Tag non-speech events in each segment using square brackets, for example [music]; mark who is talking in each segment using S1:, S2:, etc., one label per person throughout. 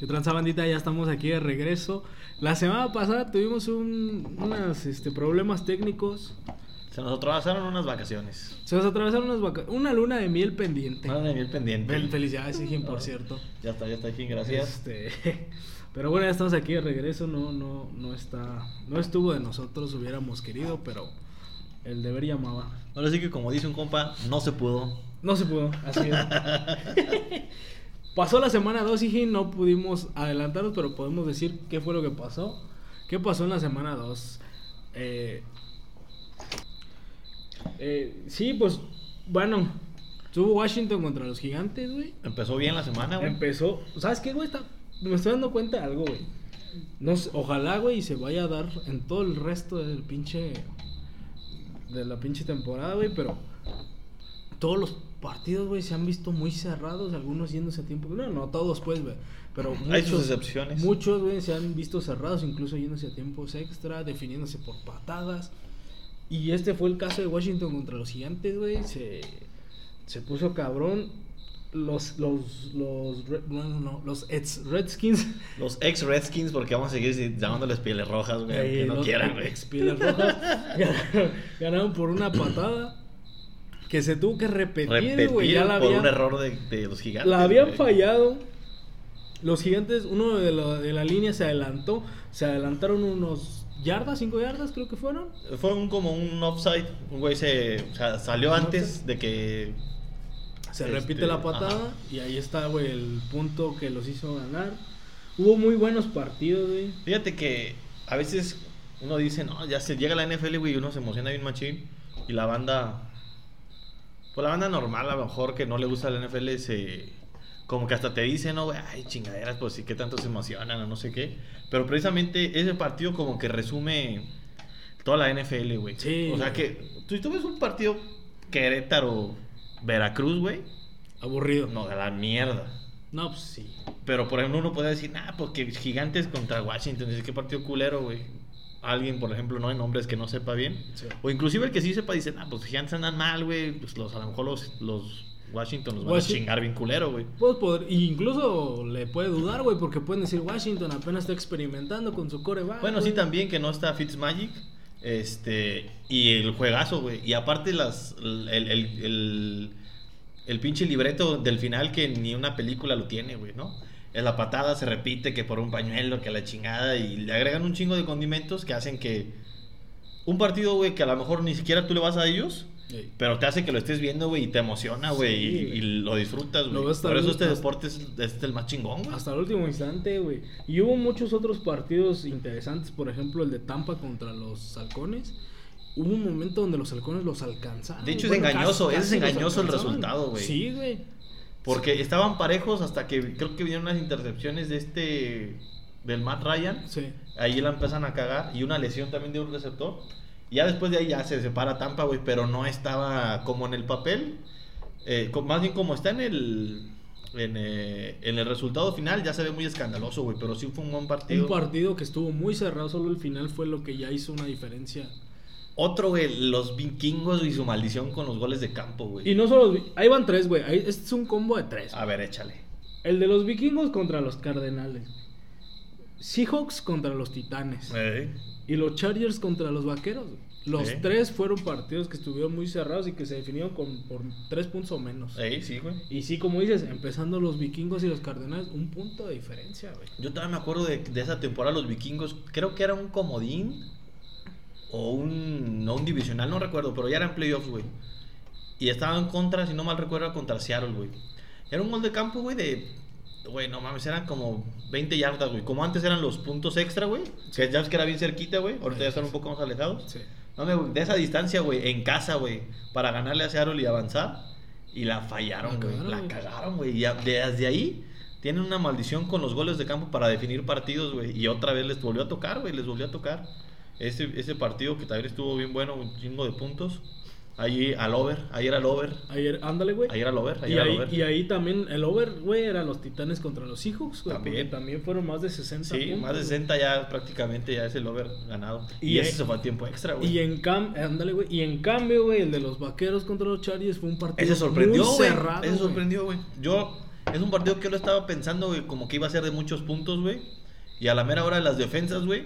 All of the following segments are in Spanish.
S1: ¿Qué tranza bandita? Ya estamos aquí de regreso. La semana pasada tuvimos un, unos este, problemas técnicos.
S2: Se nos atravesaron unas vacaciones.
S1: Se nos atravesaron unas vaca- una luna de miel pendiente.
S2: Nada de miel pendiente.
S1: Fel- Felicidades, Higgin, por
S2: Ah,
S1: cierto.
S2: Ya está, ya está, Jim, gracias.
S1: Este, [laughs] pero bueno, ya estamos aquí de regreso. No, no, no está. No estuvo de nosotros, hubiéramos querido, pero el deber llamaba.
S2: Ahora sí que como dice un compa, no se pudo.
S1: No se pudo, así es. pasó la semana 2, y no pudimos adelantarnos, pero podemos decir qué fue lo que pasó. ¿Qué pasó en la semana Eh, 2? sí, pues, bueno, tuvo Washington contra los gigantes, güey.
S2: Empezó bien la semana, güey.
S1: Empezó, ¿sabes qué, güey? Está- me estoy dando cuenta de algo, güey. No sé, ojalá, güey, se vaya a dar en todo el resto del pinche. de la pinche temporada, güey, pero. Todos los partidos, güey, se han visto muy cerrados, algunos yéndose a tiempo. No, no todos, pues, güey. Pero
S2: Hay sus excepciones.
S1: Muchos, güey, se han visto cerrados, incluso yéndose a tiempos extra, definiéndose por patadas. Y este fue el caso de Washington contra los gigantes, güey. Se, se puso cabrón. Los, los, los, Red- bueno, no, los ex Redskins.
S2: Los ex Redskins, porque vamos a seguir llamándoles pieles rojas, güey.
S1: eh,
S2: que no
S1: los
S2: quieran, güey.
S1: ex Pieles Rojas,
S2: [laughs]
S1: ganaron, ganaron por una patada que se tuvo que repetir, güey. Ya
S2: Repetir
S1: la
S2: por
S1: habían,
S2: un error de, de los gigantes.
S1: la habían
S2: güey.
S1: fallado. Los gigantes, uno de la, de la línea se adelantó. Se adelantaron unos yardas, cinco yardas creo que fueron.
S2: Fue un, como un offside. Un güey se o sea, salió
S1: ¿Un
S2: antes de que.
S1: Se
S2: Este,
S1: repite la patada
S2: ajá.
S1: y ahí está, güey, el punto que los hizo ganar. Hubo muy buenos partidos, güey.
S2: Fíjate que a veces uno dice, no, ya se llega la NFL, güey, y uno se emociona bien machín. Y la banda. Pues la banda normal, a lo mejor que no le gusta la NFL, se. Como que hasta te dice, no, güey, ay, chingaderas, pues sí, que tanto se emocionan o no sé qué. Pero precisamente ese partido, como que resume toda la NFL, güey.
S1: Sí.
S2: O sea que, tú, tú ves un partido Querétaro-Veracruz, güey,
S1: Aburrido. No,
S2: no, de la mierda.
S1: pues sí.
S2: Pero por ejemplo, uno podría decir, ah, porque gigantes contra Washington, es que partido culero, güey. Alguien, por ejemplo, no hay nombres que no sepa bien.
S1: Sí.
S2: O inclusive el que sí sepa dice, ah, pues gigantes andan mal, güey. Pues los, a lo mejor los, los Washington los van
S1: Washi-
S2: a chingar bien culero, güey.
S1: Pues pod- e incluso le puede dudar, güey, porque pueden decir Washington apenas está experimentando con su coreback.
S2: Bueno, sí,
S1: güey.
S2: también que no está Fitzmagic. Este, y el juegazo, güey. Y aparte, las, el, el, el- el pinche libreto del final que ni una película lo tiene, güey, ¿no? En La patada se repite que por un pañuelo, que la chingada. Y le agregan un chingo de condimentos que hacen que. Un partido, güey, que a lo mejor ni siquiera tú le vas a ellos.
S1: Ey.
S2: Pero te hace que lo estés viendo, güey, y te emociona, güey,
S1: Sí,
S2: y,
S1: güey.
S2: y lo disfrutas,
S1: Lo
S2: güey.
S1: ves
S2: Por eso este
S1: hasta-
S2: deporte es, es el más chingón, güey.
S1: Hasta el último instante, güey. Y hubo muchos otros partidos interesantes, por ejemplo, el de Tampa contra los Halcones. Hubo un momento donde los Halcones los alcanzaron.
S2: De hecho, es
S1: Bueno,
S2: engañoso,
S1: casi-
S2: es
S1: casi los
S2: engañoso el
S1: alcanzaban.
S2: resultado, güey.
S1: Sí, güey.
S2: Porque estaban parejos hasta que creo que vinieron unas intercepciones de este. del Matt Ryan.
S1: Sí.
S2: Ahí la empiezan a cagar. Y una lesión también de un receptor. Y ya después de ahí ya se separa Tampa, güey. Pero no estaba como en el papel. eh, co- más bien como está en el. En, eh, en el resultado final ya se ve muy escandaloso, güey. Pero sí fue un buen partido.
S1: Un partido que estuvo muy cerrado, solo el final fue lo que ya hizo una diferencia.
S2: Otro, güey, los vikingos y su maldición con los goles de campo, güey.
S1: Y no solo. los vi- Ahí van tres, güey. Ahí- Este es un combo de tres.
S2: A ver, échale.
S1: El de los vikingos contra los cardenales. Seahawks contra los titanes. Y los Chargers contra los vaqueros. güey. Los
S2: Eh.
S1: tres fueron partidos que estuvieron muy cerrados y que se definieron con, por tres puntos o menos.
S2: Ey, sí, güey.
S1: Y sí, como dices, empezando los vikingos y los cardenales, un punto de diferencia, güey.
S2: Yo también me acuerdo de, de esa temporada los vikingos, creo que era un comodín o un no un divisional, no recuerdo, pero ya eran playoffs, güey. Y estaban contra, si no mal recuerdo, era contra Seattle, güey. Era un gol de campo, güey, de güey, no mames, eran como 20 yardas, güey. Como antes eran los puntos extra, güey, que ya ves que era bien cerquita, güey. Ahorita ya están un poco más alejados.
S1: Sí.
S2: No, me- de esa distancia, güey, en casa, güey, para ganarle a Seattle y avanzar. Y la fallaron,
S1: La
S2: güey.
S1: cagaron,
S2: La
S1: güey.
S2: cagaron, güey. Y a- desde ahí tienen una maldición con los goles de campo para definir partidos, güey. Y otra vez les volvió a tocar, güey. Les volvió a tocar. Ese, ese partido que también estuvo bien bueno, un chingo de puntos. Ahí al over, ayer al over.
S1: Ayer, ándale, güey.
S2: Ayer al over,
S1: Y
S2: ayer al
S1: ahí,
S2: over.
S1: y ahí también el over, güey, era los Titanes contra los Seahawks, güey.
S2: También.
S1: También. también fueron más de 60
S2: Sí,
S1: puntos,
S2: más de
S1: güey.
S2: 60 ya prácticamente ya es el over ganado. Y,
S1: Y
S2: ese
S1: ahí-
S2: se fue a tiempo extra, güey.
S1: Y en, cam- eh, ándale, güey. y en cambio, güey, el de los vaqueros contra los Chargers fue un partido
S2: Ese sorprendió,
S1: muy
S2: güey.
S1: cerrado.
S2: Ese
S1: güey.
S2: sorprendió, güey. Yo Es un partido que yo lo estaba pensando, güey, como que iba a ser de muchos puntos, güey. Y a la mera hora de las defensas, güey,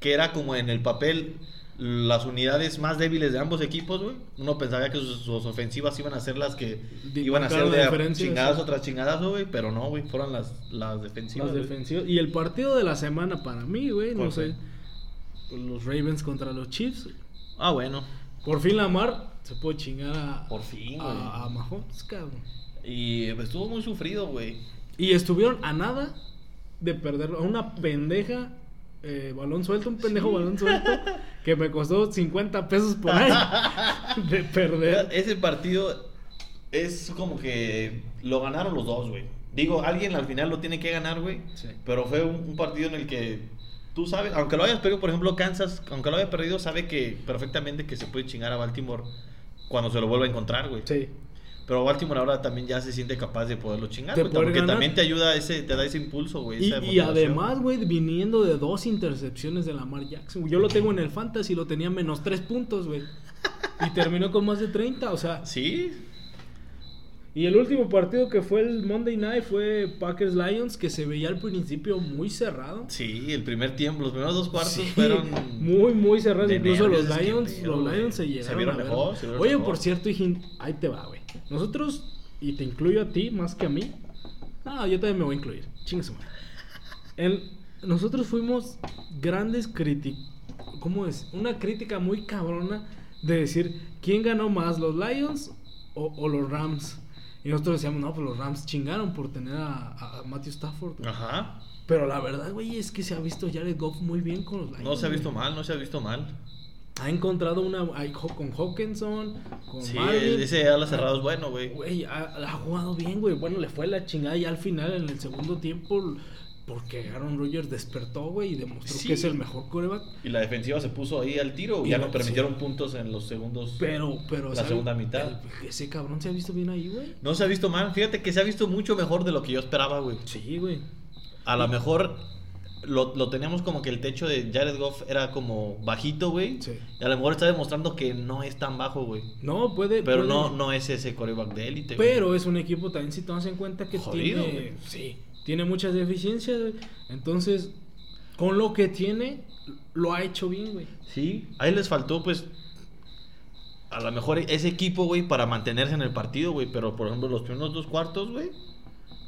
S2: que era como en el papel las unidades más débiles de ambos equipos, güey. Uno pensaría que sus, sus ofensivas iban a ser las que
S1: De-
S2: iban a ser
S1: marcaron la
S2: de a
S1: diferencia,
S2: chingadas
S1: sí.
S2: otras chingadas, güey, pero no, güey, fueron las, las defensivas.
S1: Las
S2: güey.
S1: defensivas. Y el partido de la semana para mí, güey, no
S2: ¿Cuál
S1: sé. Pues Los Ravens contra los Chiefs.
S2: Ah, bueno,
S1: Por fin Lamar se puede chingar a,
S2: por fin, güey.
S1: a, a Mahomes, cabrón.
S2: Y pues, estuvo muy sufrido, güey.
S1: Y estuvieron a nada de perderlo. A una pendeja eh, balón suelto, un pendejo balón
S2: [laughs]
S1: suelto que me costó 50 pesos por ahí de perder.
S2: Ese partido es como que lo ganaron los dos, güey. Digo, alguien al final lo tiene que ganar, güey.
S1: Sí.
S2: Pero fue un, un partido en el que tú sabes, aunque lo hayas perdido, por ejemplo, Kansas, aunque lo haya perdido, sabe que perfectamente que se puede chingar a Baltimore cuando se lo vuelva a encontrar, güey.
S1: Sí.
S2: Pero Baltimore ahora también ya se siente capaz de poderlo chingar,
S1: De
S2: güey,
S1: poder
S2: porque
S1: ganar.
S2: también te ayuda ese, te da ese impulso, güey.
S1: Y,
S2: esa
S1: y
S2: motivación.
S1: además, güey, viniendo de dos intercepciones de Lamar Jackson. Yo lo tengo en el fantasy, lo tenía menos tres puntos, güey. Y terminó con más de 30, o sea.
S2: Sí,
S1: Y el último partido que fue el Monday Night fue Packers Lions, que se veía al principio muy cerrado.
S2: sí, el primer tiempo, los primeros dos cuartos
S1: Sí,
S2: fueron
S1: muy, muy cerrados.
S2: de
S1: Incluso
S2: nervios, es
S1: los
S2: que
S1: Lions,
S2: pedo,
S1: los
S2: güey.
S1: Lions se
S2: Se
S1: llegaron
S2: vieron
S1: a ver.
S2: mejor, se vieron
S1: Oye,
S2: mejor.
S1: por cierto, hijín, ahí te va, güey. Nosotros, y te incluyo a ti más que a mí. No, yo también me voy a incluir. Chingue su madre. El- nosotros fuimos grandes críticos. ¿Cómo es? Una crítica muy cabrona de decir quién ganó más, los Lions o, o los Rams. Y nosotros decíamos, no, pues los Rams chingaron por tener a, a- a Matthew Stafford. güey.
S2: Ajá.
S1: Pero la verdad, güey, es que se ha visto Jared Goff muy bien con los Lions.
S2: No se ha
S1: güey.
S2: visto mal, no se ha visto mal.
S1: Ha encontrado una hay jo- con Hawkinson, con
S2: Sí,
S1: Marvin.
S2: ese ala cerrado es bueno, güey.
S1: Güey, ha, ha jugado bien, güey. Bueno, le fue la chingada ya al final en el segundo tiempo porque Aaron Rodgers despertó, güey, y demostró
S2: Sí.
S1: que es el mejor coreback.
S2: Y la defensiva se puso ahí al tiro.
S1: Y
S2: Ya
S1: la-
S2: no permitieron puntos en los segundos.
S1: Pero, pero...
S2: La
S1: ¿sabe?
S2: segunda mitad.
S1: El- ese cabrón se ha visto bien ahí, güey.
S2: No se ha visto mal. Fíjate que se ha visto mucho mejor de lo que yo esperaba, güey.
S1: Sí, güey.
S2: A lo mejor lo, lo teníamos como que el techo de Jared Goff era como bajito, güey.
S1: Sí.
S2: Y a lo mejor está demostrando que no es tan bajo, güey.
S1: No, puede...
S2: Pero
S1: puede-
S2: no, no es ese coreback de élite. güey.
S1: Pero es un equipo también, si tomas en cuenta que
S2: Este, Jodido,
S1: tiene.
S2: güey.
S1: Sí, tiene muchas deficiencias, güey. Entonces, con lo que tiene, lo ha hecho bien, güey.
S2: Sí, ahí les faltó, pues, a lo mejor ese equipo, güey, para mantenerse en el partido, güey. Pero, por ejemplo, los primeros dos cuartos, güey,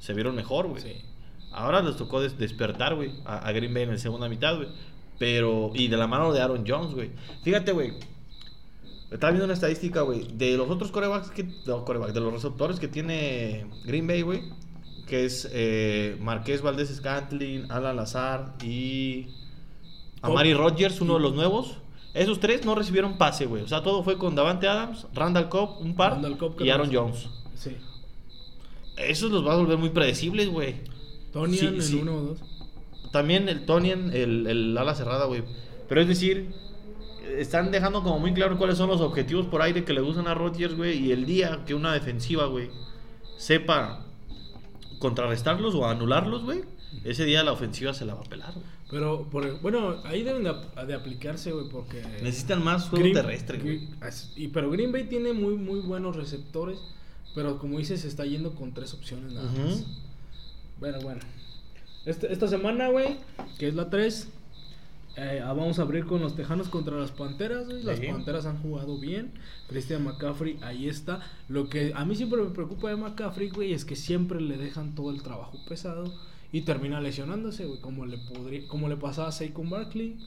S2: se vieron mejor, güey.
S1: Sí.
S2: Ahora les tocó des- despertar, güey, a, a Green Bay en la segunda mitad, güey. Pero, y de la mano de Aaron Jones, güey. Fíjate, güey. Estaba viendo una estadística, güey. De los otros corebacks, que, no, coreback, de los receptores que tiene Green Bay, güey. Que es eh, Marqués Valdés Scantlin, Alan Lazar y Amari Rodgers, uno de los nuevos. Esos tres no recibieron pase, güey. O sea, todo fue con Davante Adams, Randall Cobb, un par,
S1: Randall Cobb, que
S2: y Aaron
S1: no-
S2: Jones.
S1: Sí.
S2: Esos los va a volver muy predecibles, güey.
S1: Tony
S2: Sí,
S1: en
S2: sí.
S1: uno o dos.
S2: También el Tony, el, el ala cerrada, güey. Pero es decir, están dejando como muy claro cuáles son los objetivos por aire que le usan a Rodgers, güey. Y el día que una defensiva, güey, sepa contrarrestarlos o anularlos, güey, ese día la ofensiva se la va a pelar. güey.
S1: Pero, por- bueno, ahí deben de, ap- de aplicarse, güey, porque.
S2: Necesitan más juego
S1: Green-
S2: terrestre, güey.
S1: Green- as- y, pero Green Bay tiene muy, muy buenos receptores. Pero como dices, se está yendo con tres opciones nada más.
S2: Ujú.
S1: Bueno, bueno. Este- esta semana, güey, que es la 3, vamos a abrir con los Tejanos contra las Panteras, güey. Las
S2: Sí.
S1: Panteras han jugado bien. Christian McCaffrey, ahí está. Lo que a mí siempre me preocupa de McCaffrey, güey, es que siempre le dejan todo el trabajo pesado y termina lesionándose, güey, como le, podría, como le pasaba a Saquon Barkley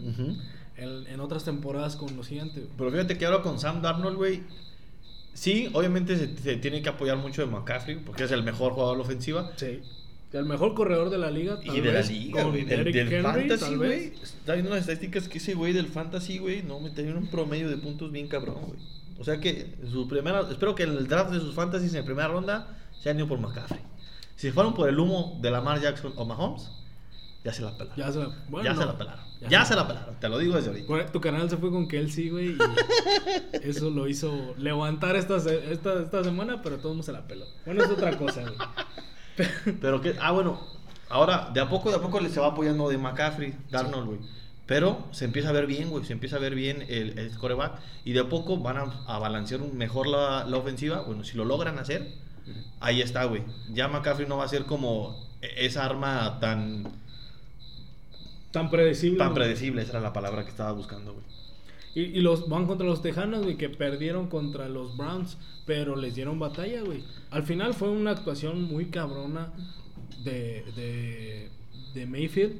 S2: Ujú.
S1: el- en otras temporadas con los gigantes, güey.
S2: Pero fíjate que ahora con Sam Darnold, güey. Sí, obviamente se, se tiene que apoyar mucho de McCaffrey, porque es el mejor jugador de la ofensiva.
S1: Sí. El mejor corredor de la liga, tal
S2: Y de la
S1: vez,
S2: liga,
S1: con
S2: güey. Del,
S1: Derrick
S2: del
S1: Henry,
S2: fantasy,
S1: tal
S2: güey.
S1: vez.
S2: Está viendo las estadísticas que ese güey del fantasy, güey, no me tenía un promedio de puntos bien cabrón, güey. O sea que en su primera, espero que en el draft de sus fantasies en primera ronda se han ido por McCaffrey. Si se fueron por el humo de Lamar Jackson o Mahomes, ya se la pelaron. Ya,
S1: Ya se la, bueno,
S2: se
S1: no.
S2: la pelaron. Ya,
S1: se la-
S2: se la pelaron. Te lo digo desde ahorita.
S1: Por- Tu canal se fue con Kelsey,
S2: [laughs]
S1: güey. Y eso lo hizo levantar esta, se- esta, esta semana, pero todo el mundo se la peló. Bueno, es otra cosa, güey.
S2: Pero que, ah, bueno, ahora de a poco, de a poco le se va apoyando de McCaffrey, Darnold, güey. Pero se empieza a ver bien, güey. Se empieza a ver bien el, el coreback. Y de a poco van a, a balancear un- mejor la, la ofensiva. Bueno, si lo logran hacer, Ahí está, güey. Ya McCaffrey no va a ser como e- esa arma tan,
S1: Tan predecible.
S2: tan
S1: ¿no?
S2: predecible. Esa era la palabra que estaba buscando, güey.
S1: Y, y los van contra los Tejanos, güey, que perdieron contra los Browns, pero les dieron batalla, güey. Al final fue una actuación muy cabrona de, de, de Mayfield,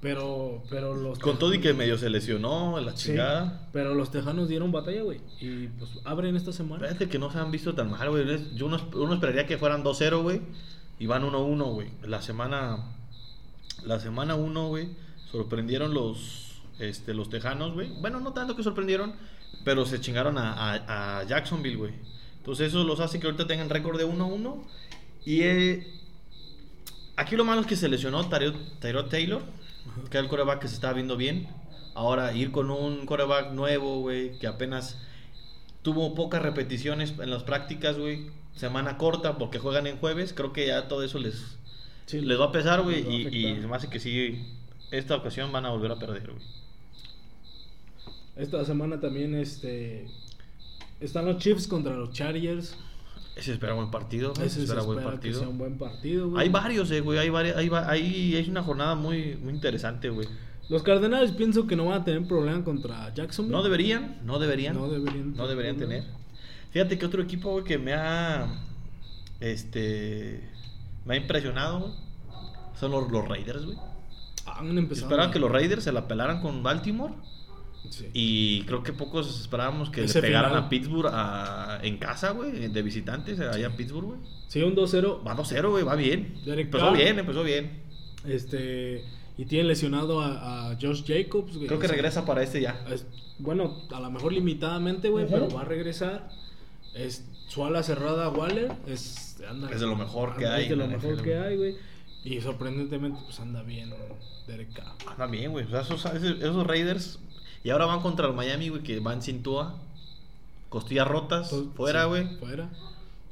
S1: pero, pero los...
S2: Con todo y que
S1: Tejanos-
S2: medio se lesionó, la
S1: Sí,
S2: chingada.
S1: pero los Tejanos dieron batalla, güey. Y pues abren esta semana.
S2: Parece que no se han visto tan mal, güey. Yo uno, uno esperaría que fueran 2-0, güey. Y van 1-1, güey. La semana. La semana 1, güey. Sorprendieron los. Este, los tejanos, güey. Bueno, no tanto que sorprendieron. Pero se chingaron a, a- a Jacksonville, güey. Entonces, eso los hace que ahorita tengan récord de 1-1. Y. eh, aquí lo malo es que se lesionó Tyrod Tyrod Taylor. Que era el coreback que se estaba viendo bien. Ahora, ir con un coreback nuevo, güey. Que apenas tuvo pocas repeticiones en las prácticas, güey. Semana corta porque juegan en jueves. Creo que ya todo eso les,
S1: Sí,
S2: les va a pesar, güey.
S1: les va a
S2: Y, y
S1: afectar.
S2: se me hace que sí, esta ocasión van a volver a perder, güey.
S1: Esta semana también este están los Chiefs contra los Chargers.
S2: Se espera buen partido, güey.
S1: Ese
S2: Se espera buen
S1: que sea
S2: partido.
S1: un buen partido, güey.
S2: Hay varios, eh, güey. Hay, varias, hay, va- hay- es una jornada muy, muy interesante, güey.
S1: Los Cardenales pienso que no van a tener problema contra Jacksonville.
S2: No deberían, no deberían.
S1: No deberían.
S2: No deberían
S1: tener
S2: tener. Fíjate que otro equipo güey, que me ha. Este. Me ha impresionado, güey, Son los, los Raiders, güey.
S1: Han empezado.
S2: Esperaba que los Raiders se la pelaran con Baltimore.
S1: Sí.
S2: Y creo que pocos esperábamos que
S1: Ese
S2: le pegaran
S1: final.
S2: a Pittsburgh a- en casa, güey. De visitantes, eh, allá en Pittsburgh, güey.
S1: Sí, un 2-0.
S2: Va 2-0, güey, va bien.
S1: Derek
S2: empezó
S1: Carr.
S2: bien, empezó bien.
S1: Este. Y tiene lesionado a, a Josh Jacobs, güey.
S2: Creo que
S1: O sea,
S2: regresa para este ya.
S1: es- bueno, a lo mejor limitadamente, güey,
S2: Ujú.
S1: pero va a regresar. Es, su ala cerrada Waller es, anda-
S2: Es de lo mejor que
S1: anda- es
S2: hay
S1: de lo
S2: en la
S1: mejor
S2: NFL,
S1: que
S2: güey.
S1: hay, güey. Y sorprendentemente, pues anda bien Derek Carr.
S2: Anda Ah, bien, güey. O sea, esos, esos- esos Raiders. Y ahora van contra el Miami, güey, que van sin Tua. Costillas rotas,
S1: Pues,
S2: fuera,
S1: sí,
S2: güey.
S1: Fuera.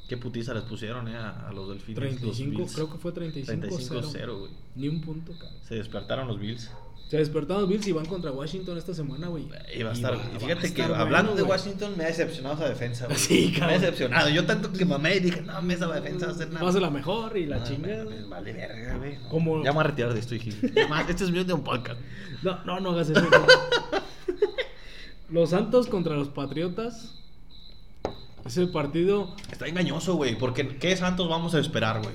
S2: Qué putiza les pusieron, eh, a, a los delfines. los
S1: 35,
S2: Bills.
S1: creo que fue 35
S2: 35-0, güey.
S1: Ni un punto, cabrón.
S2: Se despertaron los Bills.
S1: Se despertaron los Bills y van contra Washington esta semana, güey.
S2: Y va a estar.
S1: va-
S2: y
S1: va a
S2: fíjate que
S1: estar
S2: hablando
S1: bueno,
S2: de
S1: güey.
S2: Washington, me ha decepcionado esa defensa.
S1: [laughs]
S2: güey.
S1: Sí, cabrón.
S2: Me ha decepcionado. Yo tanto que mamé y dije, no, me esa defensa va a ser nada.
S1: Va a ser la mejor y la
S2: No,
S1: chingada.
S2: mames, Vale, verga, güey. No.
S1: Como-
S2: Ya me voy a retirar de
S1: [laughs]
S2: esto, dije. Ya más, Este es mío de un podcast.
S1: No, no, no hagas eso. [laughs] güey. los Santos contra los Patriotas. Ese partido.
S2: Está engañoso, güey. Porque, ¿qué Santos vamos a esperar, güey?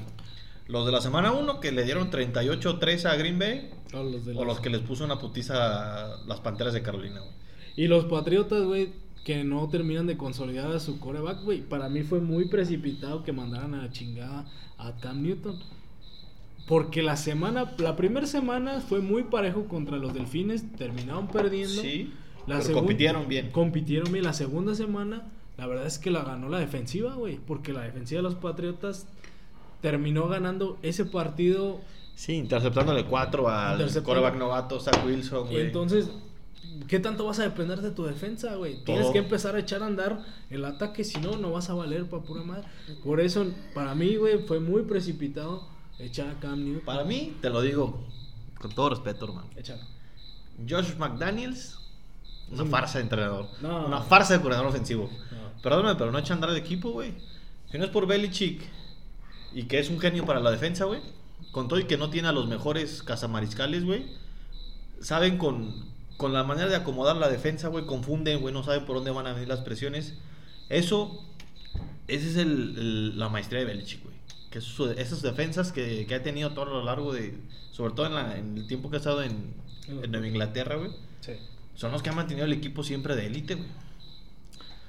S2: Los de la semana 1 que le dieron 38-3 a Green Bay.
S1: no, los de los-
S2: O los que les puso una putiza a las panteras de Carolina, güey.
S1: Y los Patriotas, güey, que no terminan de consolidar a su coreback, güey. Para mí fue muy precipitado que mandaran a la chingada a Cam Newton. Porque la semana, la primera semana fue muy parejo contra los Delfines, terminaron perdiendo.
S2: Sí.
S1: La
S2: pero
S1: segun-
S2: compitieron bien.
S1: Compitieron bien. La segunda semana, la verdad es que la ganó la defensiva, güey. Porque la defensiva de los Patriotas terminó ganando ese partido.
S2: Sí, interceptándole 4 al
S1: Interceptando.
S2: coreback novato, Zach Wilson,
S1: Y
S2: güey.
S1: entonces, ¿qué tanto vas a depender de tu defensa, güey? Tienes
S2: Todo.
S1: que empezar a echar a andar el ataque, si no, no vas a valer para pura madre. Por eso, para mí, güey, fue muy precipitado echar a Cam Newton.
S2: Para mí, te lo digo con todo respeto, hermano.
S1: Echar.
S2: Josh McDaniels, una farsa de entrenador.
S1: No.
S2: Una farsa de coordinador ofensivo.
S1: No.
S2: Perdóname, pero no echa a andar el equipo, güey. Si no es por Belichick y que es un genio para la defensa, güey. Con todo y que no tiene a los mejores cazamariscales, güey. Saben con, con la manera de acomodar la defensa, güey. Confunden, güey. No saben por dónde van a venir las presiones. Eso, esa es el- el- la maestría de Belichick, güey. Que su- esas defensas que, que ha tenido todo a lo largo de. Sobre todo en, la- en el tiempo que ha estado en, en Nueva Inglaterra, güey
S1: Sí.
S2: son los que han mantenido el equipo siempre de élite, güey.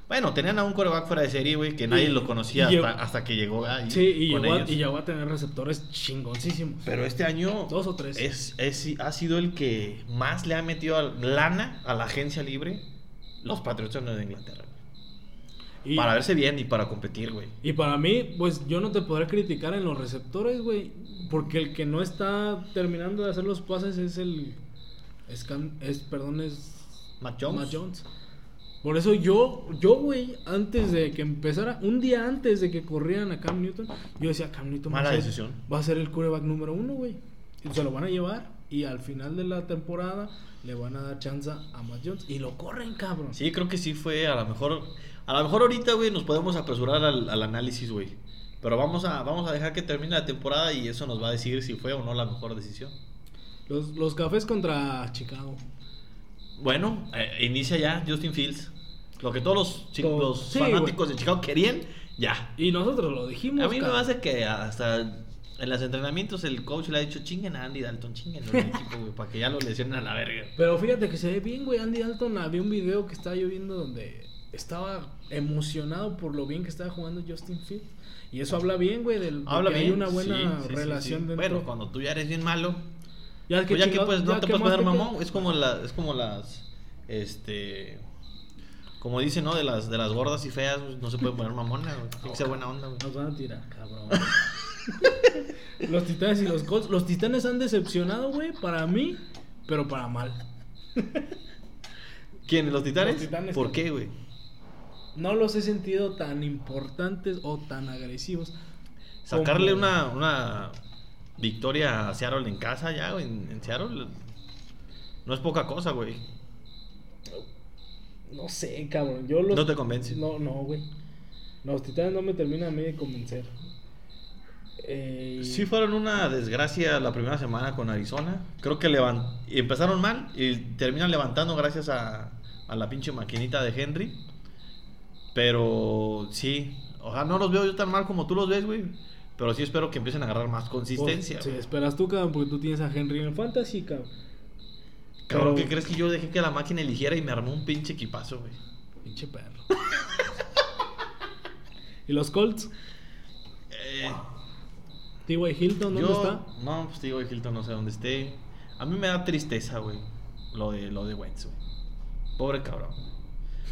S2: Bueno, tenían a un coreback fuera de serie, güey, que nadie
S1: Y-
S2: lo conocía
S1: y
S2: hasta,
S1: llegó-
S2: hasta que llegó ahí
S1: Sí, y
S2: con
S1: llegó, a,
S2: ellos.
S1: y llegó a tener receptores chingoncísimos.
S2: Pero este año
S1: Dos o tres.
S2: es, es- ha sido el que más le ha metido a- lana a la agencia libre los Patriotas de Inglaterra. güey.
S1: Y-
S2: Para verse bien y para competir, güey.
S1: Y para mí, pues yo no te podré criticar en los receptores, güey. Porque el que no está terminando de hacer los pases es el. Es, Cam- es- perdón, es.
S2: Matt Jones.
S1: Matt Jones. Por eso yo, yo, güey, antes de que empezara, un día antes de que corrieran a Cam Newton, yo decía, Cam Newton
S2: Mala
S1: va, a ser,
S2: decisión.
S1: va a ser el quarterback número uno, güey. Y Se lo van a llevar y al final de la temporada le van a dar chance a Matt Jones. Y lo corren, cabrón.
S2: Sí, creo que sí fue a lo mejor. A lo mejor ahorita, güey, nos podemos apresurar al, al análisis, güey. Pero vamos a, vamos a dejar que termine la temporada y eso nos va a decir si fue o no la mejor decisión.
S1: Los, los cafés contra Chicago.
S2: Bueno, eh, inicia ya Justin Fields. Lo que todos los, chi-
S1: Todo.
S2: los
S1: Sí,
S2: fanáticos
S1: güey.
S2: de Chicago querían, ya.
S1: Y nosotros lo dijimos.
S2: A mí me
S1: cabrón.
S2: hace que hasta en los entrenamientos el coach le ha dicho chinguen a Andy Dalton, chinguen
S1: [laughs]
S2: al equipo, güey, para que ya lo lesionen a la verga.
S1: Pero fíjate que se ve bien, güey. Andy Dalton había un video que estaba yo viendo donde estaba emocionado por lo bien que estaba jugando Justin Fields. Y eso habla bien, güey, del de
S2: Habla
S1: que
S2: bien.
S1: hay una buena
S2: sí, sí, sí,
S1: relación
S2: sí.
S1: dentro.
S2: Bueno, cuando tú ya eres bien malo,
S1: ya
S2: pues ya que
S1: chingado-
S2: pues no
S1: ya
S2: te
S1: que
S2: puedes
S1: más
S2: poner
S1: te
S2: mamón,
S1: queda.
S2: es como la, es como las este como dicen, ¿no? De las de las gordas y feas, pues, no se puede poner mamona, güey. Tiene que ser buena onda, güey.
S1: Nos van a tirar, cabrón. [laughs] los titanes y los Colts. Los titanes han decepcionado, güey, para mí, pero para mal.
S2: ¿Quién? ¿Los titanes?
S1: Los Titanes.
S2: ¿Por qué, güey?
S1: No los he sentido tan importantes o tan agresivos.
S2: Sacarle
S1: Como-
S2: una, una victoria a Seattle en casa ya, güey, en, en Seattle no es poca cosa, güey.
S1: No sé, cabrón. Yo los...
S2: No te convence.
S1: No, no, güey. Los titanes no me terminan a mí de convencer. Eh,
S2: Sí fueron una desgracia la primera semana con Arizona. Creo que levan- empezaron mal y terminan levantando gracias a, a la pinche maquinita de Henry. Pero sí, o sea, no los veo yo tan mal como tú los ves, güey. Pero sí espero que empiecen a agarrar más consistencia.
S1: vos- pues, Sí,
S2: güey.
S1: esperas tú, cabrón, porque tú tienes a Henry en el Fantasy, cabrón. pero-
S2: Cabrón, ¿qué crees que yo dejé que la máquina eligiera y me armó un pinche equipazo, güey?
S1: Pinche perro. [laughs] ¿Y los Colts?
S2: Eh,
S1: T.Y. Hilton, ¿dónde
S2: yo,
S1: está?
S2: No, pues digo, Hilton no sé dónde esté. A mí me da tristeza, güey. Lo de, lo de Wentz, güey. Pobre cabrón.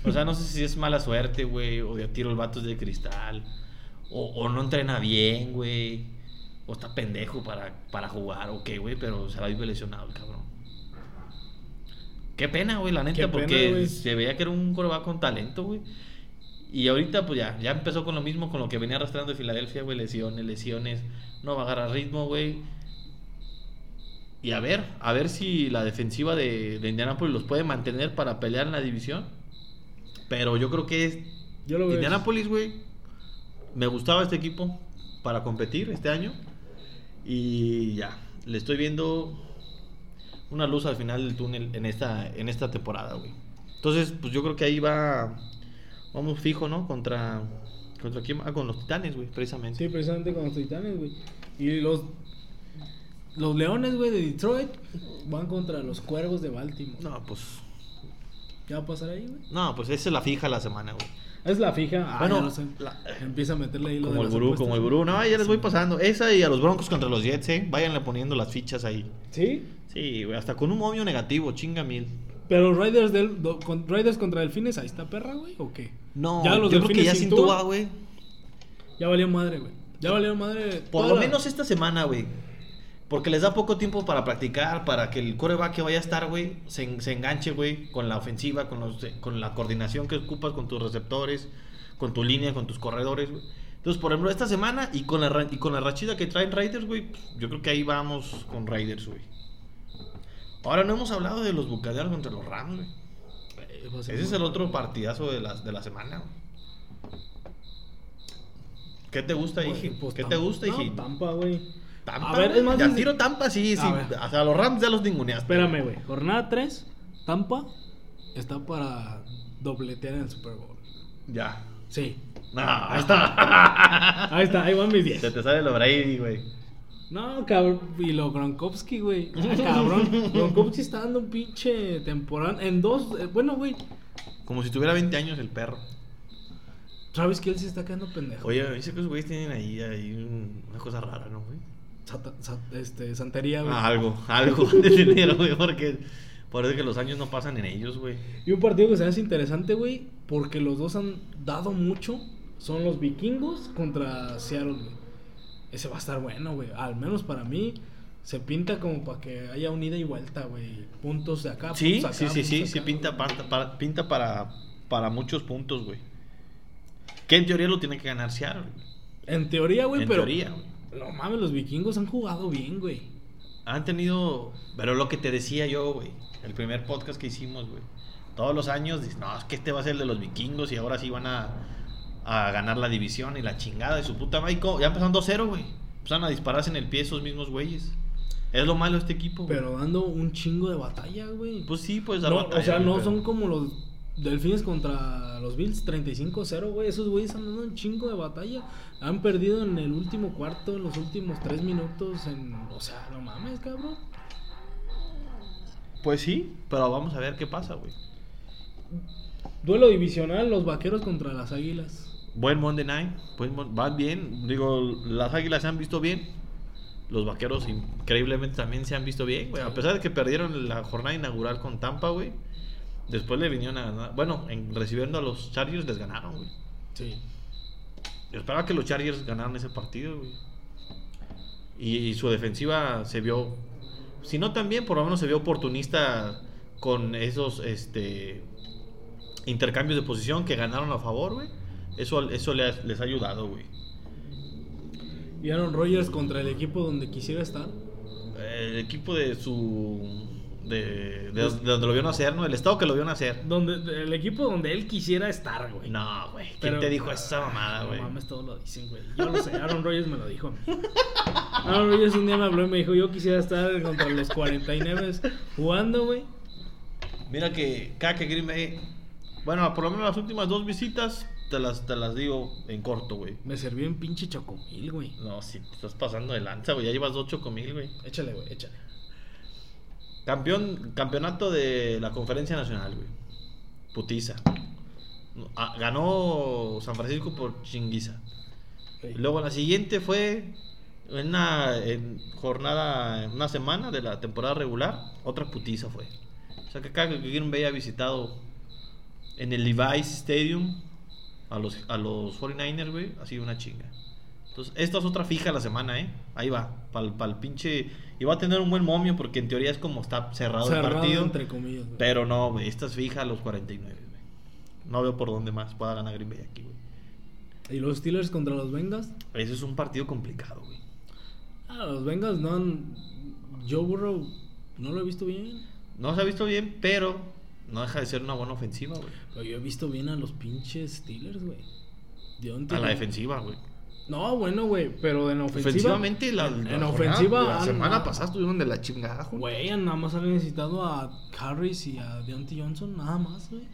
S2: O sea, no sé si es mala suerte, güey. O de a tiro el vato es de cristal. O, o no entrena bien, güey. O está pendejo para, para jugar, o qué, güey. Pero se la vive lesionado el cabrón. Qué pena, güey, la neta,
S1: Qué pena,
S2: porque
S1: güey.
S2: se veía que era un coreback con talento, güey. Y ahorita, pues ya, ya empezó con lo mismo, con lo que venía arrastrando de Filadelfia, güey, lesiones, lesiones. No va a agarrar ritmo, güey. Y a ver, a ver si la defensiva de, de Indianapolis los puede mantener para pelear en la división. Pero yo creo que es.
S1: Yo lo veo.
S2: Indianapolis, güey. Me gustaba este equipo para competir este año. Y ya, le estoy viendo una luz al final del túnel en esta, en esta temporada, güey. Entonces, pues yo creo que ahí va. Vamos fijo, ¿no? Contra. ¿Contra quién? Ah, con los titanes, güey, precisamente.
S1: Sí, precisamente con los titanes, güey. Y los. Los leones, güey, de Detroit van contra los cuervos de Baltimore.
S2: No, pues.
S1: ¿Qué va a pasar ahí, güey?
S2: No, pues esa es la fija la semana, güey.
S1: Es la fija. Ah,
S2: Bueno,
S1: ya lo sé.
S2: la-
S1: empieza a meterle ahí lo de
S2: Como el
S1: las
S2: gurú,
S1: apuestas.
S2: como el gurú. No, ya les voy pasando. Esa y a los Broncos contra los Jets, ¿eh? Váyanle poniendo las fichas ahí.
S1: Sí,
S2: Sí, güey, hasta con un momio negativo, chinga mil.
S1: pero Raiders, del, do- con, Raiders contra Delfines, ahí está perra, güey, ¿o qué?
S2: No,
S1: Ya
S2: yo
S1: los
S2: creo que
S1: delfines
S2: ya
S1: sin
S2: sin
S1: Tua.
S2: Tua, güey.
S1: Ya valió madre, güey. Ya valió madre.
S2: Por
S1: toda
S2: lo
S1: la-
S2: menos esta semana, güey. Porque les da poco tiempo para practicar, para que el coreback que vaya a estar, güey, se, en- se enganche, güey, con la ofensiva, con, los, con la coordinación que ocupas con tus receptores, con tu línea, con tus corredores, güey. Entonces, por ejemplo, esta semana y con la, ra- y con la rachida que traen Raiders, güey, pues, yo creo que ahí vamos con Raiders, güey. Ahora no hemos hablado de los bucaderos contra los Rams, güey.
S1: Eh, va a ser
S2: Ese es
S1: muy-
S2: el otro partidazo de la, de la semana, güey. ¿Qué te gusta,
S1: Pues,
S2: Iji?
S1: pues,
S2: ¿Qué te
S1: Tampa-
S2: gusta,
S1: no,
S2: Iji?
S1: Tampa, güey.
S2: Tampa,
S1: A ver,
S2: güey.
S1: es más,
S2: Ya
S1: desde-
S2: tiro Tampa, sí,
S1: A
S2: sí.
S1: ver.
S2: Hasta los Rams ya los ninguneaste.
S1: Espérame, güey. Jornada 3, Tampa está para dobletear en el Super Bowl.
S2: Ya.
S1: Sí.
S2: No, ahí está.
S1: Ahí está, ahí van mis
S2: [laughs] Se
S1: 10.
S2: te sale lo Brady, güey.
S1: No, cabrón. Y lo Gronkowski, güey. Ah, Cabrón. Gronkowski está dando un pinche temporada. En dos. eh, bueno, güey.
S2: Como si tuviera 20 años el perro.
S1: Travis Kelce está quedando pendejo.
S2: Oye, dice que los güeyes tienen ahí, ahí un- una cosa rara, ¿no, güey?
S1: Sata- sa- este, santería, güey.
S2: Ah, algo, [laughs] algo de dinero, güey, porque parece que los años no pasan en ellos, güey.
S1: Y un partido que se me hace interesante, güey, porque los dos han dado mucho, son los vikingos contra Seattle, güey. Ese va a estar bueno, güey. Al menos para mí, se pinta como para que haya unida y vuelta, güey. Puntos de acá,
S2: Sí,
S1: puntos de acá,
S2: sí, sí, sí,
S1: puntos de
S2: sí,
S1: acá,
S2: pinta,
S1: güey.
S2: para, para- pinta para, para muchos puntos, güey. Que en teoría lo tiene que ganar Seattle, güey.
S1: En teoría, güey,
S2: en
S1: pero...
S2: teoría, güey.
S1: No mames, los vikingos han jugado bien, güey.
S2: Han tenido, pero lo que te decía yo, güey, el primer podcast que hicimos, güey. Todos los años dices, no, es que este va a ser el de los vikingos y ahora sí van a, a a ganar la división y la chingada de su puta madre. Y co- Ya empezaron 2-0, güey. Empezaron a dispararse en el pie esos mismos güeyes. Es lo malo de este equipo, güey.
S1: Pero dando un chingo de batalla, güey.
S2: Pues sí, pues la
S1: No,
S2: batalla,
S1: o sea,
S2: güey,
S1: no
S2: pero-
S1: son como los Delfines contra los Bills 35-0, güey. Esos güeyes han dado un chingo de batalla. Han perdido en el último cuarto, en los últimos tres minutos. En... O sea, no mames, cabrón.
S2: Pues sí, pero vamos a ver qué pasa, güey.
S1: Duelo divisional, los vaqueros contra las águilas.
S2: Buen Monday Night, buen mon- van bien. Digo, las Águilas se han visto bien. Los Vaqueros increíblemente también se han visto bien, güey. A pesar de que perdieron la jornada inaugural con Tampa, güey. Después le vinieron a ganar. Bueno, en, recibiendo a los Chargers les ganaron, güey.
S1: Sí.
S2: Yo esperaba que los Chargers ganaran ese partido, güey. Y, y su defensiva se vio, si no también, por lo menos se vio oportunista con esos este, intercambios de posición que ganaron a favor, güey. Eso, eso le ha- les ha ayudado, güey.
S1: Y Aaron Rodgers contra el equipo donde quisiera estar.
S2: El equipo de su... De, de- de
S1: Pues
S2: donde lo vio nacer, ¿no? El estado que lo vio nacer.
S1: Donde, el equipo donde él quisiera estar, güey.
S2: No, güey. ¿Quién
S1: Pero-
S2: te dijo esa mamada, Ah, güey?
S1: No mames, todos lo dicen, güey. Yo lo sé, Aaron Rodgers me lo dijo. a mí. Aaron Rodgers un día me habló y me dijo, yo quisiera estar contra los 49 jugando, güey.
S2: Mira que cada que Green Bay- Bueno, por lo menos las últimas dos visitas te las, te las digo en corto, güey.
S1: Me sirvió en pinche chocomil, güey.
S2: No, si te estás pasando de lanza, güey. Ya llevas 8 mil, güey.
S1: Échale, güey, échale.
S2: Campeón, campeonato de la Conferencia Nacional, güey. Putiza. No, ah, Ganó San Francisco por chinguiza. Luego la siguiente fue una en jornada, en una semana de la temporada regular, otra putiza fue. O sea que cada que Green Bay ha visitado en el Levi's Stadium a los, a los 49ers, güey, ha sido una chinga. Entonces, esta es otra fija la semana, ¿eh? Ahí va, para el pinche... Y va a tener un buen momio porque en teoría es como está cerrado, el
S1: Cerrado,
S2: partido.
S1: entre comillas, güey.
S2: Pero no, güey, esta es fija a los 49, güey. No veo por dónde más pueda ganar Green Bay aquí, güey.
S1: ¿Y los Steelers contra los Bengals?
S2: Ese es un partido complicado, güey.
S1: Ah, los Bengals no han... Joe Burrow no lo he visto bien.
S2: No se ha visto bien, pero no deja de ser una buena ofensiva, güey.
S1: Pero yo he visto bien a los pinches Steelers, güey. De dónde
S2: A la
S1: te-
S2: defensiva, güey.
S1: No, bueno, güey, pero en ofensiva...
S2: Ofensivamente, la,
S1: en,
S2: la
S1: en
S2: jornada-
S1: ofensiva...
S2: la
S1: han-
S2: semana pasada estuvieron de la chingada, güey.
S1: Güey, nada más han necesitado a Harris y a Deontay Johnson, nada más, güey.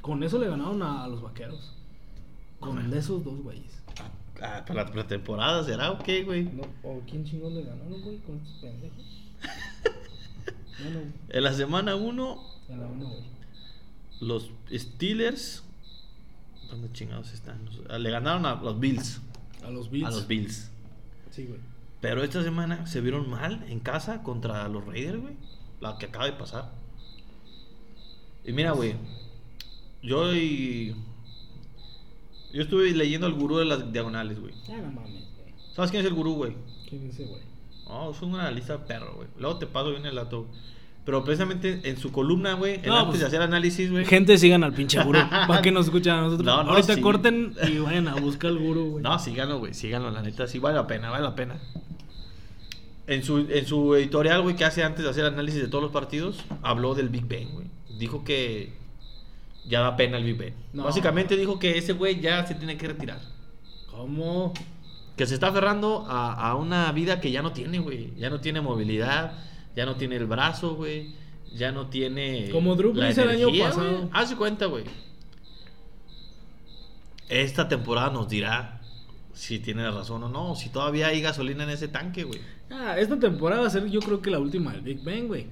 S1: Con eso le ganaron a, a los vaqueros. Con
S2: Ajá.
S1: esos dos güeyes.
S2: Ah, para la pretemporada será o qué, güey.
S1: No, ¿O quién chingón le ganaron, güey? Con estos [laughs] pendejos. bueno,
S2: En la semana 1,
S1: a la una, güey.
S2: los Steelers. ¿Dónde chingados están? No sé. Ah, Le ganaron a los Bills.
S1: A los Bills.
S2: A los Bills.
S1: Sí, güey.
S2: Pero esta semana se vieron mal en casa contra los Raiders, güey. La que acaba de pasar. Y mira, güey. Yo y... Yo estuve leyendo al gurú de las diagonales, güey.
S1: Ya no mames, güey.
S2: ¿Sabes quién es el gurú, güey?
S1: ¿Quién es ese, güey?
S2: No, es un analista perro, güey. Luego te paso bien el dato. Pero precisamente en su columna, güey, el
S1: No,
S2: antes
S1: pues-
S2: de hacer análisis, güey.
S1: Gente, sigan al pinche
S2: [laughs]
S1: gurú. ¿Para que nos escuchan a nosotros?
S2: No, no,
S1: Ahorita
S2: sí.
S1: corten y vayan a buscar al gurú, güey.
S2: No, síganlo, güey, síganlo, la neta, sí vale la pena, vale la pena. En su, en su editorial, güey, que hace antes de hacer análisis de todos los partidos, habló del Big Ben, güey. Dijo que ya da pena el Big Ben.
S1: No.
S2: Básicamente dijo que ese güey ya se tiene que retirar.
S1: ¿Cómo?
S2: Que se está aferrando a, a una vida que ya no tiene, güey. Ya no tiene movilidad, ya no tiene el brazo, güey. Ya no tiene.
S1: Como Drew
S2: la
S1: Brees el año
S2: energía,
S1: pasado.
S2: güey. Haz de cuenta, güey. Esta temporada nos dirá si tiene razón o no. Si todavía hay gasolina en ese tanque, güey.
S1: Ah, esta temporada va a ser yo creo que la última del Big Bang, güey.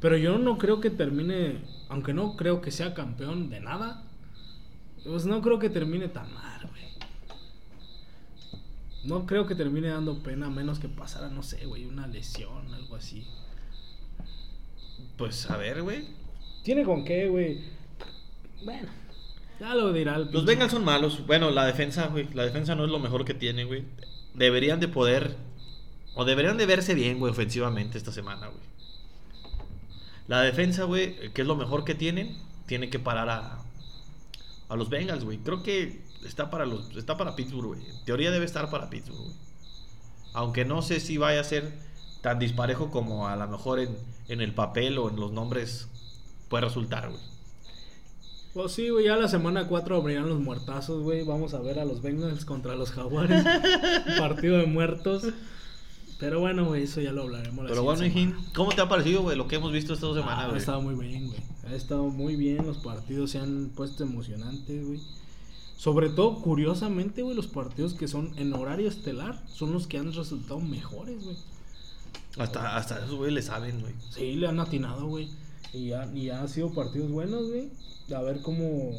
S1: Pero yo no creo que termine, aunque no creo que sea campeón de nada, pues no creo que termine tan mal, güey. No creo que termine dando pena a menos que pasara, no sé, güey, una lesión, algo así.
S2: Pues a ver, güey.
S1: ¿Tiene con qué, güey? Bueno, ya lo dirá el
S2: Los
S1: pinche-
S2: Bengals son malos. Bueno, la defensa, güey. La defensa no es lo mejor que tiene, güey. Deberían de poder. O deberían de verse bien, güey, ofensivamente esta semana, güey. La defensa, güey, que es lo mejor que tienen, tiene que parar a, a los Bengals, güey. Creo que está para, los, está para Pittsburgh, güey. En teoría debe estar para Pittsburgh, güey. Aunque no sé si vaya a ser tan disparejo como a lo mejor en, en el papel o en los nombres puede resultar, güey.
S1: Pues sí, güey, ya la semana 4 abrirán los muertazos, güey. Vamos a ver a los Bengals contra los Jaguares. Partido de muertos. Pero bueno, güey, eso ya lo hablaremos. la
S2: Pero bueno,
S1: siguiente
S2: Hijín, ¿cómo te ha parecido, güey, lo que hemos visto esta
S1: semana.
S2: semana,
S1: Ah, ha
S2: güey?
S1: estado muy bien, güey. Ha estado muy bien. Los partidos se han puesto emocionantes, güey. Sobre todo, curiosamente, güey, los partidos que son en horario estelar son los que han resultado mejores, güey.
S2: Hasta, hasta esos, güey, le saben, güey.
S1: Sí, le han atinado, güey. Y ya, y ya han sido partidos buenos, güey. A ver cómo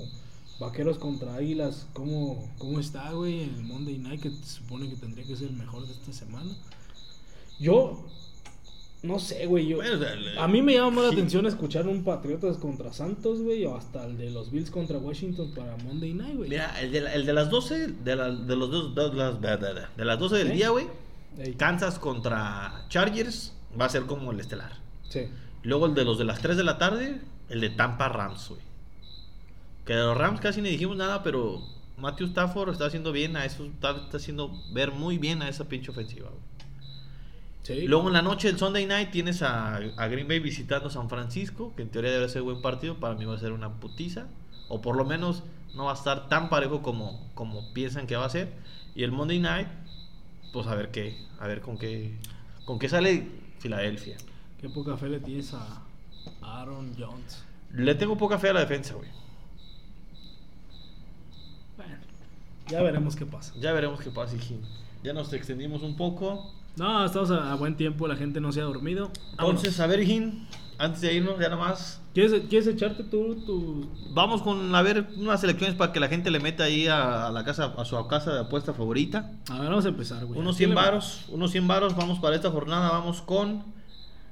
S1: Vaqueros contra Águilas, cómo, cómo está, güey, el Monday Night, que se supone que tendría que ser el mejor de esta semana. Yo, no sé, güey. Yo,
S2: Bueno, o sea, el-
S1: a mí me llama más la
S2: sí.
S1: atención escuchar un Patriotas contra Santos, güey, o hasta el de los Bills contra Washington para Monday Night, güey.
S2: Mira, el de, la- el de las 12, de, la- de los dos, dos- las- de, de- de- de las 12 del
S1: ¿Eh?
S2: día, güey,
S1: Ey,
S2: Kansas contra Chargers va a ser como el estelar.
S1: sí.
S2: Luego el de los de las 3 de la tarde, el de Tampa Rams, güey. Que de los Rams casi ni dijimos nada, pero Matthew Stafford está haciendo bien a eso, está, está haciendo ver muy bien a esa pinche ofensiva, güey.
S1: Sí.
S2: Luego en la noche del Sunday night tienes a, a Green Bay visitando San Francisco, que en teoría debe ser buen partido, para mí va a ser una putiza, o por lo menos no va a estar tan parejo como, como piensan que va a ser. Y el Monday night, pues a ver qué, a ver con qué, con qué sale Filadelfia.
S1: Qué poca fe le tienes a a Aaron Jones.
S2: Le tengo poca fe a la defensa, güey.
S1: Bueno, ya veremos qué pasa.
S2: Ya veremos qué pasa, Jim. Ya nos extendimos un poco.
S1: No, estamos a, a buen tiempo, la gente no se ha dormido.
S2: Entonces, a ver, Jim, antes de irnos, ya nada más.
S1: Vámonos. ¿Quieres, quieres echarte tú tu...
S2: Vamos con a ver unas elecciones para que la gente le meta ahí a, a la casa a su casa de apuesta favorita.
S1: A ver, vamos a empezar, güey.
S2: unos
S1: ¿A quién
S2: 100
S1: le va?
S2: varos, unos 100 varos vamos para esta jornada, vamos con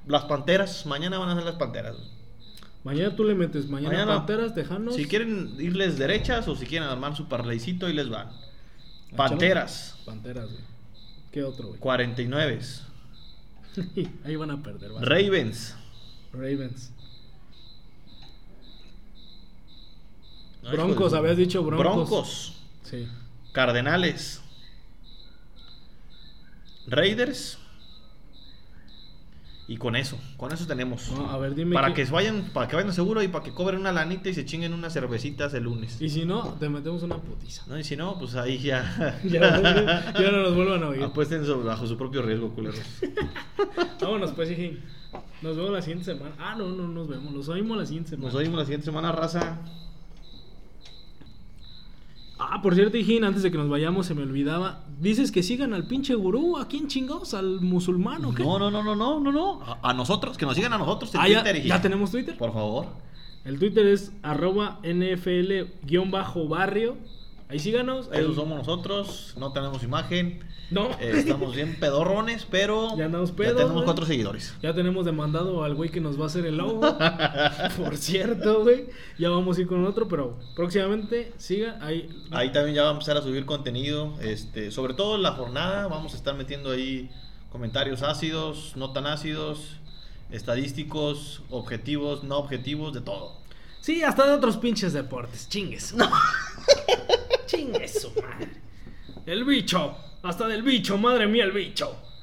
S2: las Panteras. Mañana van a ser las Panteras.
S1: Mañana tú le metes, mañana,
S2: Mañana-
S1: Panteras, Tejanos.
S2: Si quieren irles derechas o si quieren armar su parleycito, ahí les van. Panteras,
S1: Panteras, güey. ¿Qué otro, güey?
S2: 49.
S1: [laughs] Ahí van a perder, vas.
S2: Ravens.
S1: Ravens.
S2: Ay, hijo de
S1: Broncos,
S2: su-
S1: habías dicho Broncos.
S2: Broncos.
S1: Sí.
S2: Cardenales. Raiders. Y con eso, con eso tenemos.
S1: No, a ver, dime
S2: para
S1: qué-
S2: que se vayan, para que vayan seguro y para que cobren una lanita y se chinguen unas cervecitas el lunes.
S1: Y si no, te metemos una
S2: [laughs]
S1: putiza. [laughs]
S2: No, y si no, pues ahí ya.
S1: ya,
S2: [laughs]
S1: ya no nos vuelvan a oír.
S2: Apuesten sobre- bajo su propio riesgo, culeros.
S1: Vámonos, pues, hijín. Nos vemos la siguiente semana. Ah, no, no, nos vemos. Nos oímos la siguiente semana.
S2: Nos oímos la siguiente semana, raza.
S1: Ah, por cierto, Hijín, antes de que nos vayamos, se me olvidaba. ¿Dices que sigan al pinche gurú? ¿A quién chingados? ¿Al musulmán o qué?
S2: No, no, no, no, no, no, no. A, a nosotros, que nos sigan a nosotros en
S1: Ah, ya,
S2: Twitter,
S1: ya
S2: hija.
S1: tenemos Twitter.
S2: Por favor.
S1: El Twitter es arroba NFL-barrio. Ahí síganos.
S2: Eso
S1: El-
S2: somos nosotros. No tenemos imagen.
S1: No,
S2: Eh, estamos bien pedorrones, pero
S1: Ya andamos pedos,
S2: tenemos
S1: güey.
S2: cuatro seguidores.
S1: ya tenemos demandado al güey que nos va a hacer el logo.
S2: [laughs]
S1: por cierto, güey. Ya vamos a ir con otro, pero próximamente sigan ahí.
S2: Ahí también ya va a empezar a subir contenido, este, sobre todo en la jornada, vamos a estar metiendo ahí comentarios ácidos, no tan ácidos, estadísticos, objetivos, no objetivos, de todo.
S1: Sí, hasta de otros pinches deportes. Chingues. No. Chingues su madre. El bicho. Hasta del bicho. Madre mía, el bicho.